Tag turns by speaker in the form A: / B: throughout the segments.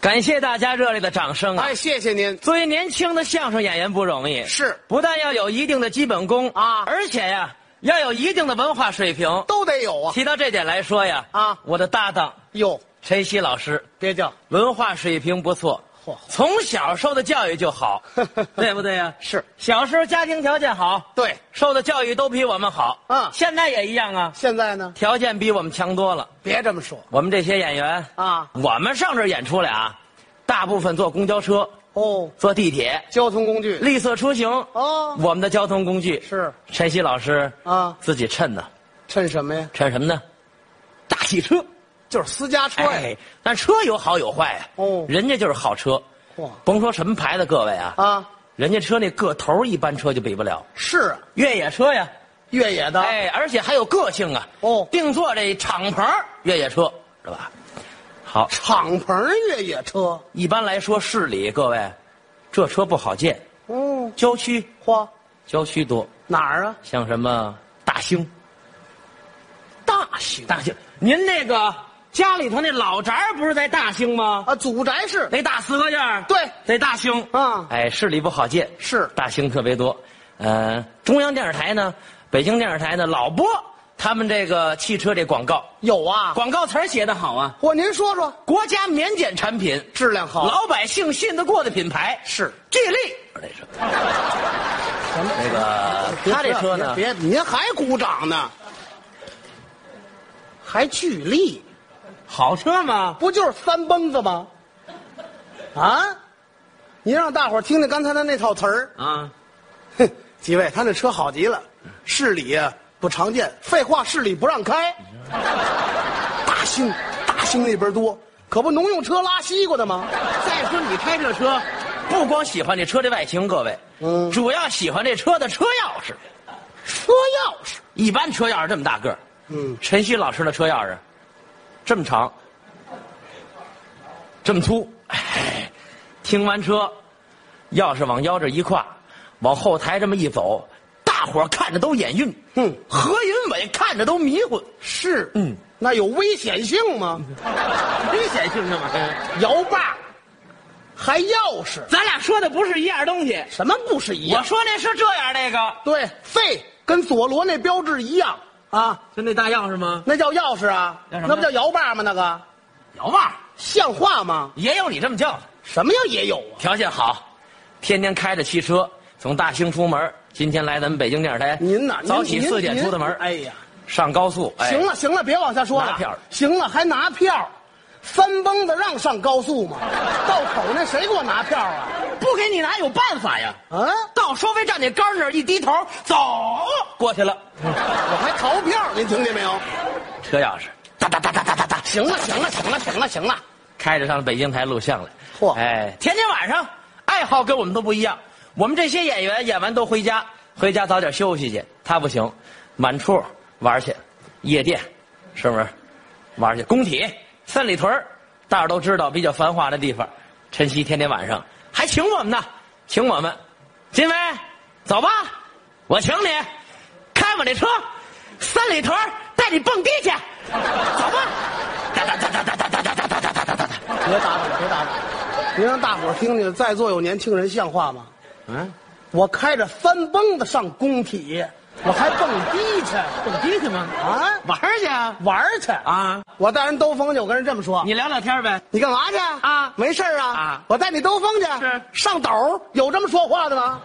A: 感谢大家热烈的掌声啊！
B: 哎，谢谢您。
A: 作为年轻的相声演员不容易，
B: 是
A: 不但要有一定的基本功
B: 啊
A: 而且呀，要有一定的文化水平。
B: 都得有啊。
A: 提到这点来说呀，
B: 啊
A: 我的搭档
B: 哟，
A: 陈曦老师，
B: 别叫，
A: 文化水平不错
B: 嚯，
A: 从小受的教育就 好，对不对呀？
B: 是
A: 小时候家庭条件好，
B: 对。
A: 受的教育都比我们好，
B: 嗯
A: 现在也一样啊，
B: 现在呢，
A: 条件比我们强多了。
B: 别这么说
A: 我们这些演员，
B: 啊。
A: 我们上这儿演出来啊，大部分坐公交车、
B: 哦，
A: 坐地铁，
B: 交通工具
A: 绿色出行。
B: 哦
A: 我们的交通工具
B: 是
A: 陈曦老师
B: 啊
A: 自己趁呢，
B: 趁什么呀？
A: 趁什么呢？大汽车。
B: 就是私家车呀。
A: 哎，但车有好有坏呀、
B: 哦
A: 人家就是好车。
B: 嚯
A: 甭说什么牌子，各位啊，
B: 啊，
A: 人家车那个头一般车就比不了，
B: 是啊
A: 越野车呀，
B: 越野的。
A: 哎，而且还有个性啊。
B: 啊哦
A: 定做这敞篷越野车是吧？好，
B: 敞篷越野车。
A: 一般来说市里各位，这车不好见，
B: 哦，
A: 郊区
B: 嚯，
A: 郊区多，
B: 哪儿啊？
A: 像什么大兴。
B: 大型
A: 大兴，您那个家里头那老宅儿不是在大兴吗？
B: 啊，祖宅是。
A: 那大四合院儿
B: 对
A: 在大兴
B: 啊
A: 哎，市里不好建，
B: 是
A: 大兴特别多。呃，中央电视台呢，北京电视台呢，老播他们这个汽车这广告，
B: 有啊。
A: 广告词儿写得好啊，
B: 嚯，您说说，
A: 国家免检产品，
B: 质量好。
A: 老百姓信得过的品牌
B: 哦是
A: 吉利。那是
B: 什么？
A: 那个他这车呢，
B: 别，别您还鼓掌呢，还巨力，
A: 好车吗？
B: 不就是三蹦子吗？啊！您让大伙儿听听刚才的那套词儿，
A: 啊，
B: 哼，几位，他那车好极了，市里啊不常见。废话，市里不让开。大兴，大兴那边多，可不农用车拉西瓜的吗？
A: 再说你开这车，不光喜欢这车的外形，各位，
B: 嗯
A: 主要喜欢这车的车钥匙。
B: 车钥匙，
A: 一般车钥匙这么大个儿，
B: 嗯，
A: 陈曦老师的车钥匙，这么长，这么粗。哎，停完车，钥匙往腰这一挎，往后台这么一走，大伙儿看着都眼晕。
B: 嗯
A: 何云伟看着都迷糊，
B: 是，
A: 嗯，
B: 那有危险性吗？
A: 危险性是吗？
B: 摇把，还钥匙，
A: 咱俩说的不是一样东西。
B: 什么不是一
A: 我
B: 样？
A: 说那是这样那个，
B: 对，费跟佐罗那标志一样啊，
A: 就那大钥匙吗？
B: 那叫钥匙啊，
A: 叫什么呀
B: 那不叫摇把吗？那个
A: 摇把
B: 像话吗？
A: 也有你这么叫的。
B: 什么叫也有啊？
A: 条件好，天天开着汽车从大兴出门，今天来咱们北京电视台，
B: 您呐，您
A: 早起
B: 您
A: 四点
B: 您
A: 出的门，
B: 哎呀，
A: 上高速，哎
B: 行，了行了，别往下说
A: 拿
B: 了
A: 票，
B: 行了还拿票，三蹦子让上高速吗？道口那谁给我拿票啊？
A: 不给你拿有办法呀。
B: 啊，
A: 到收费站那杆儿那儿一低头，走过去了，
B: 我还逃票，您听见没有？
A: 车钥匙，哒哒哒哒哒哒哒，
B: 行了行了行了行了行了，
A: 开着上北京台录像了。
B: 嚯
A: 哎，天天晚上爱好跟我们都不一样，我们这些演员演完都回家，回家早点休息去。他不行，满处玩去，夜店，是不是？玩去工体、三里屯儿大伙儿都知道比较繁华的地方。晨曦天天晚上还请我们呢，请我们，金飞，走吧，我请你，开我这车，三里屯儿带你蹦迪去，走吧，哒哒哒哒哒哒哒哒哒哒哒哒哒哒。
B: 别打扰别打扰，您让大伙儿听听，在座有年轻人像话吗？
A: 嗯，
B: 我开着三蹦子上工体，我还蹦迪去
A: 蹦迪去吗？
B: 啊，
A: 玩儿去啊！
B: 玩儿去！
A: 啊，
B: 我带人兜风去，我跟人这么说，
A: 你聊聊天呗。
B: 你干嘛去
A: 啊
B: 没事儿啊
A: 啊
B: 我带你兜风去。
A: 是
B: 上斗儿有这么说话的吗？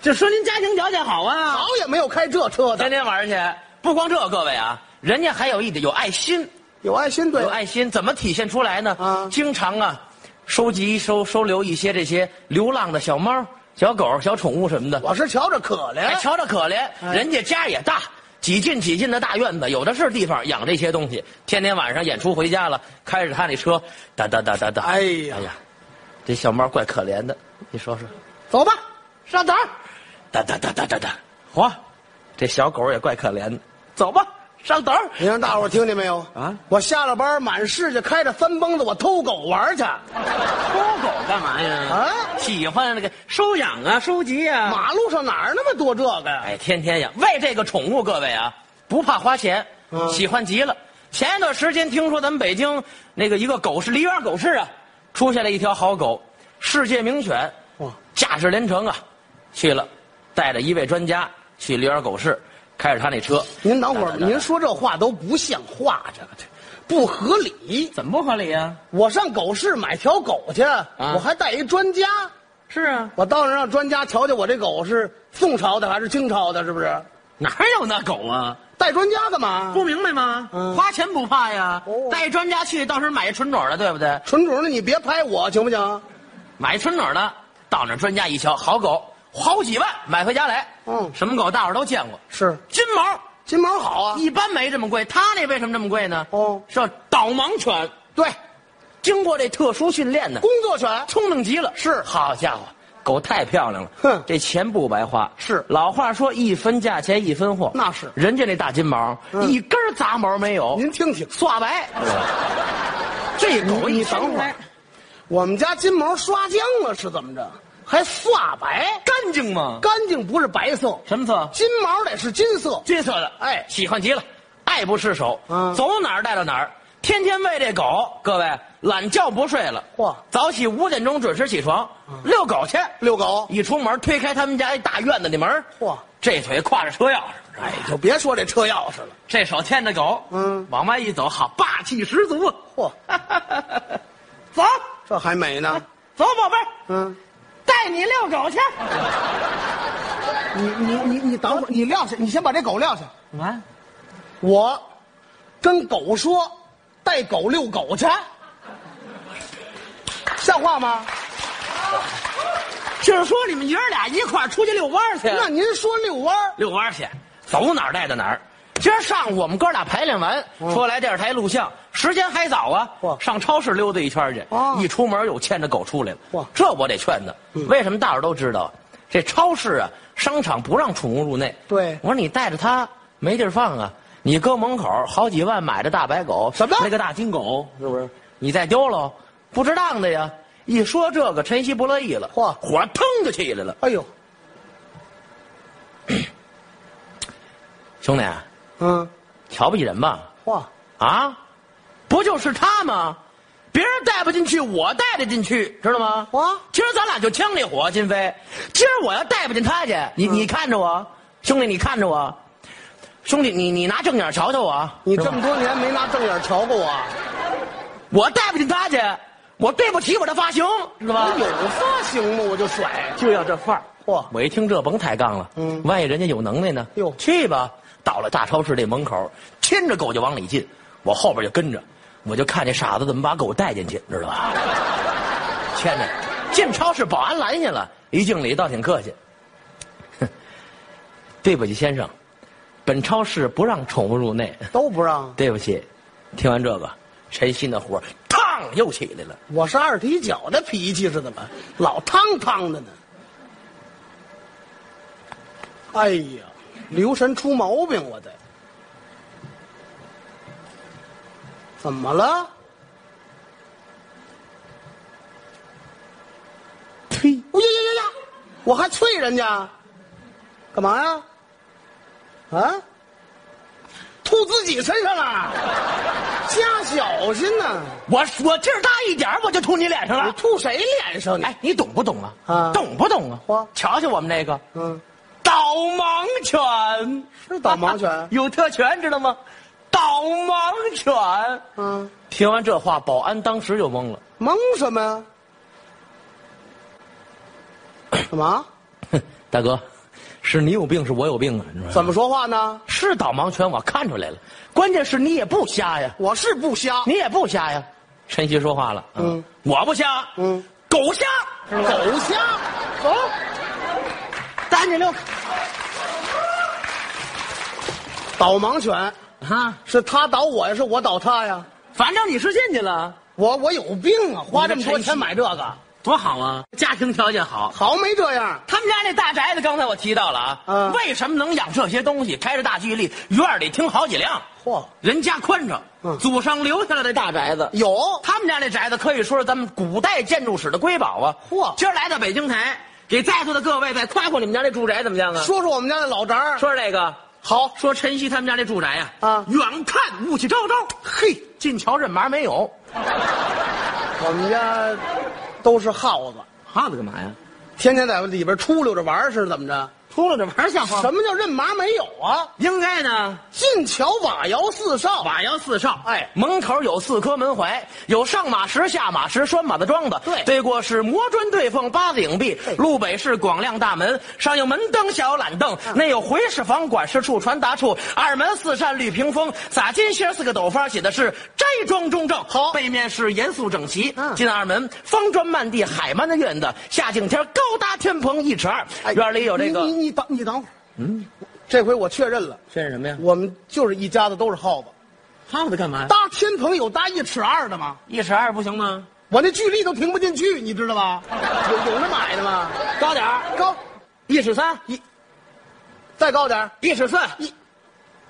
A: 就说您家庭条件好啊，
B: 早也没有开这车的
A: 天。天玩儿去。不光这，各位啊，人家还有一点有爱心，
B: 有爱心对哎
A: 有，爱心怎么体现出来呢？
B: 啊
A: 经常啊，收集收收留一些这些流浪的小猫、小狗、小宠物什么的，
B: 我是瞧着可
A: 哎，
B: 怜。
A: 瞧着可怜，人家家也大。几进几进的大院子，有的是地方养这些东西。天天晚上演出回家了，开着他那车，哒哒哒哒哒。
B: 哎呀
A: 哎呀，这小猫怪可怜的，你说说。
B: 走吧，上斗儿
A: 哒哒哒哒哒哒，嚯，这小狗也怪可怜的。走吧，上斗儿
B: 您让大伙儿听见没有？
A: 啊
B: 我下了班满世界开着三蹦子，我偷狗玩儿去。
A: 偷狗干嘛呀？
B: 啊
A: 喜欢那个收养啊，收集呀、
B: 马路上哪儿那么多这个呀？
A: 哎，天天呀，为这个宠物，各位啊，不怕花钱，
B: 嗯
A: 喜欢极了。前一段时间听说咱们北京那个一个狗市梨园狗市啊，出现了一条好狗，世界名犬，
B: 哇
A: 价值连城啊，去了，带着一位专家去梨园狗市，开着他那车。
B: 您等会儿吧，
A: 哒哒哒
B: 您说这话都不像话，这这不合理。
A: 怎么不合理啊呀、
B: 我上狗市买条狗去，
A: 啊
B: 我还带一专家，
A: 是啊，
B: 我当然让专家瞧瞧我这狗是宋朝的还是清朝的，是不是？
A: 哪有那狗啊？
B: 带专家干嘛？
A: 不明白吗？
B: 嗯
A: 花钱不怕呀，
B: 哦
A: 带专家去，到时候买一纯种的，对不对？
B: 纯种的，你别拍我行不行？
A: 买一纯种的，到那专家一瞧，好狗，好几万买回家来。
B: 嗯
A: 什么狗大伙儿都见过，
B: 是
A: 金毛
B: 金毛好啊，
A: 一般没这么贵，它那为什么这么贵呢？
B: 哦
A: 是吧导盲犬，
B: 对，
A: 经过这特殊训练呢，
B: 工作犬
A: 聪明极了。
B: 是
A: 好家伙，狗太漂亮了。
B: 哼
A: 这钱不白花。
B: 是
A: 老话说一分价钱一分货，
B: 那是嗯
A: 人家那大金毛、一根儿杂毛没有，
B: 您听听，
A: 刷白。
B: 哎
A: 这狗
B: 你
A: 一
B: 你等会儿，我们家金毛刷浆了是怎么着？还刷白，
A: 干净吗？
B: 干净不是白色，
A: 什么色？
B: 金毛得是金色。
A: 金色的。啊
B: 哎
A: 喜欢极了，爱不释手。
B: 嗯
A: 走哪儿带到哪儿，天天喂这狗。各位懒觉不睡了，
B: 嚯
A: 早起五点钟准时起床，遛狗去。
B: 遛狗，
A: 一出门推开他们家一大院子的门，
B: 嚯
A: 这腿挎着车钥匙，
B: 哎，就别说这车钥匙了。
A: 这手牵着狗，
B: 嗯，
A: 往外一走，好霸气十足啊！
B: 嚯，
A: 走
B: 这还美呢。
A: 走，宝贝儿，
B: 嗯，
A: 带你遛狗去。
B: 你你你你等会儿，你撂下，你先把这狗撂下。
A: 啊，
B: 我跟狗说，带狗遛狗去，像话吗？
A: 就是说你们爷儿俩一块儿出去遛弯儿去。
B: 那您说遛弯儿
A: 遛弯儿去，走哪儿带到哪儿。今儿上午我们哥俩排练完，
B: 哦
A: 说来电视台录像，时间还早啊，
B: 嚯
A: 上超市溜达一圈儿去
B: 哦。嗯
A: 一出门又牵着狗出来了
B: 嚯，
A: 这我得劝他。为什么大伙儿都知道，啊这超市啊、商场不让宠物入内。
B: 对
A: 我说你带着它没地儿放啊，你搁门口好几万买的大白狗，
B: 什么
A: 那个大金狗是不是？你再丢了，不值当的呀。一说这个，晨曦不乐意了，
B: 嚯
A: 火腾就起来了，
B: 哎呦，
A: 兄弟，啊
B: 嗯，
A: 瞧不起人吧？
B: 哇，
A: 啊，不就是他吗？别人带不进去，我带得进去，知道吗？
B: 哇
A: 今儿咱俩就呛你火，金飞。今儿我要带不进他去，你、你看着我，兄弟，你看着我，兄弟，你你拿正眼瞧瞧我，
B: 你
A: 知
B: 这
A: 道吗
B: 么多年没拿正眼瞧过我，啊
A: 我带不进他去，我对不起我的发型，知道
B: 我
A: 吧？
B: 有发型吗？我就甩。
A: 就要这范儿。
B: 嚯
A: 我一听这甭抬杠了，
B: 嗯
A: 万一人家有能耐呢？
B: 哟
A: 去吧！到了大超市这门口，牵着狗就往里进，我后边就跟着，我就看这傻子怎么把狗带进去，知道吧？ 牵着，进超市保安拦下了，一经理倒挺客气，哼， 对不起先生，本超市不让宠物入内，
B: 都不让，
A: 对不起。听完这个，陈鑫的火烫又起来了。
B: 我是二踢脚的脾气是怎么？老汤汤的呢？哎呀，留神出毛病，我得。怎么了？呸！哎呀呀呀呀！我还啐人家，干嘛呀？啊？吐自己身上了， 加小心呐！
A: 我我劲儿大一点儿我就吐你脸上
B: 你
A: 了。
B: 吐谁脸上你？
A: 哎，你懂不懂啊？
B: 啊
A: 懂不懂啊？
B: 嚯
A: 瞧瞧我们那个
B: 嗯，
A: 导盲犬，
B: 是导盲犬
A: 有特权，知道吗？导盲犬。
B: 嗯，
A: 听完这话，保安当时就懵了。
B: 蒙什么呀？干嘛？
A: 哼， 大哥，是你有病是我有病啊？你说
B: 怎么说话呢？
A: 是导盲犬，我看出来了。关键是你也不瞎呀，
B: 我是不瞎，
A: 你也不瞎呀。晨曦说话了，
B: 嗯，
A: 我不瞎，
B: 嗯，
A: 狗瞎，
B: 狗瞎。走，带你遛。导盲犬
A: 啊，
B: 是他导我呀，是我导他呀？
A: 反正你是进去了，
B: 我我有病啊！花这么
A: 你
B: 多
A: 这
B: 钱
A: 真
B: 买这个，
A: 多好啊，家庭条件好。
B: 好没这样。
A: 他们家那大宅子，刚才我提到了啊，
B: 嗯
A: 为什么能养这些东西？开着大巨力，院里停好几辆，
B: 嚯，
A: 人家宽敞，
B: 嗯
A: 祖上留下来的大宅子。
B: 有
A: 他们家那宅子可以说是咱们古代建筑史的瑰宝啊！
B: 嚯
A: 今儿来到北京台，给在座的各位再夸夸你们家那住宅怎么样啊？
B: 说说我们家的老宅儿
A: 说这个
B: 好，
A: 说陈曦他们家这住宅呀、
B: 啊
A: 远看雾气昭昭，嘿，近瞧这麻没有。
B: 我们家都是耗子，
A: 耗子干嘛呀？
B: 天天在里边出溜着玩儿是怎么着？
A: 秃噜这玩意儿像话吗
B: 什？么叫认麻没有啊？
A: 应该呢，
B: 近瞧瓦窑四少，
A: 瓦窑四少，
B: 哎
A: 门口有四颗门槐，有上马石、下马石、拴马的桩子，
B: 对
A: 对过是磨砖对缝八字影壁，路北是广亮大门，上有门灯，下有懒凳，
B: 嗯
A: 内有回事房、管事处、传达处，二门四扇绿屏风，撒金星四个斗方，写的是斋庄中正，
B: 好
A: 背面是严肃整齐，
B: 嗯
A: 进二门方砖漫地，海漫的院子，下景天高搭天棚一尺二，
B: 哎
A: 院里有这
B: 你
A: 个
B: 你你等你等会儿，嗯，这回我确认了，
A: 这是什么呀？
B: 我们就是一家子都是耗子。
A: 耗子干嘛呀？
B: 搭天棚有搭一尺二的吗？
A: 一尺二不行吗？
B: 我那距离都停不进去，你知道吧？有有那买的吗？
A: 高点儿，
B: 高，
A: 一尺三，
B: 再高点儿
A: 一尺四，
B: 一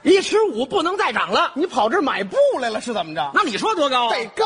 A: 一尺五不能再长了。
B: 你跑这儿买布来了是怎么着？
A: 那你说多高啊？
B: 得高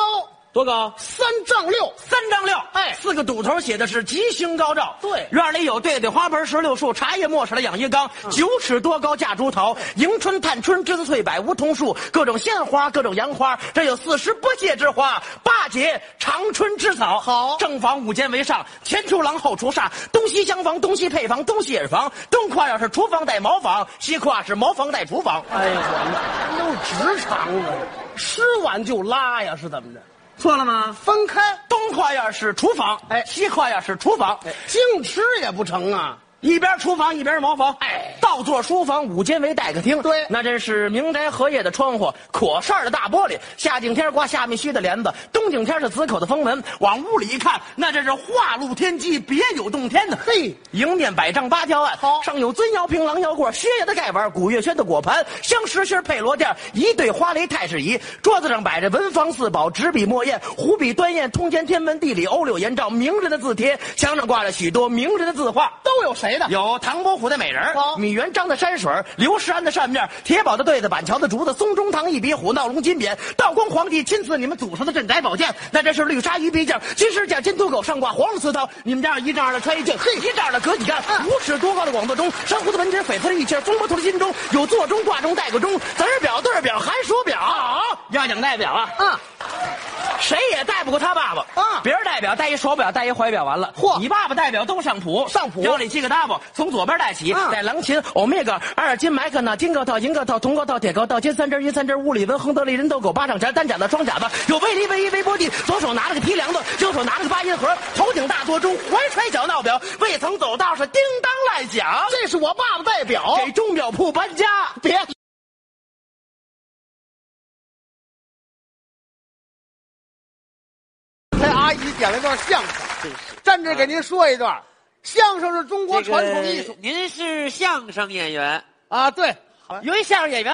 A: 多高？
B: 三丈六，
A: 三丈六，
B: 哎
A: 四个堵头写的是吉星高照。
B: 对
A: 院里有对对花盆、石榴树、茶叶、墨水的养一缸，九尺多高架竹桃，迎春、探春、栀子、翠柏、梧桐树，各种鲜花，各种洋花。这有四十不谢之花，八节长春之草。
B: 好
A: 正房五间为上，前厨廊，后厨煞，东西厢房，东西配房，东西耳房。东跨要是厨房带茅房，西跨是茅房带厨房。
B: 哎呀，我们都是直肠子，吃完就拉呀，是怎么着？
A: 错了吗？
B: 分开，
A: 东跨院是厨房，
B: 哎
A: 西跨院是厨房，
B: 净吃也不成啊！
A: 一边厨房一边茅房，
B: 哎
A: 倒座书房五间为待客厅，
B: 对
A: 那真是明宅荷叶的窗户，可扇儿的大玻璃，夏景天刮下面虚的帘子，冬景天是紫口的风门，往屋里一看，那真是画露天机，别有洞天呐。
B: 嘿，
A: 迎面百丈八条案，
B: 好
A: 上有尊窑瓶、狼窑罐、薛爷的盖碗、古月轩的果盘、香石心儿配罗垫儿，一对花雷太史仪。桌子上摆着文房四宝、执笔墨砚、湖笔端砚、通鉴天文地理、欧柳颜照、名人的字帖，墙上挂着许多名人的字画。
B: 都有谁的？
A: 有唐伯虎的美人儿
B: 好
A: 米元璋的山水儿刘世安的扇面儿，铁宝的对子，板桥的竹子，松中堂一笔虎，闹龙金匾，道光皇帝亲赐你们祖上的镇宅宝剑，那这是绿纱鱼皮剑儿，金狮剑，金兔狗，上挂黄龙刺刀，你们这样一丈二的穿一件，嘿，一丈二的隔几干，五尺多高的广座钟，珊瑚的文件，翡翠的玉器儿，松柏兔的金钟，有座钟、挂钟、带个钟，子儿表、对儿表、寒暑表，要讲代表啊，
B: 啊，
A: 谁也带不过他爸爸
B: 啊
A: 别人代表带一手表，带一怀表，完了。
B: 嚯
A: 你爸爸代表都上谱，
B: 上谱
A: 腰里系个搭布，从左边带起，
B: 啊
A: 带狼琴、欧米伽、阿尔金、麦克纳、金铬套、银铬套、铜铬套、铁铬套、金三针、银三针、物理文、亨德利、人豆狗、巴掌钳、单甲子、双甲子，有威力、卫衣、微波地，左手拿了个皮梁子，右手拿了个八音盒，头顶大座钟，怀揣小闹表，未曾走道是叮当乱响，
B: 这是我爸爸代表。
A: 给钟表铺搬家。
B: 别。这阿姨点了一段相声，站这给您说一段。相声是中国传统艺术
C: 这个您是相声演员，
B: 啊，对，好
C: 由于相声演员。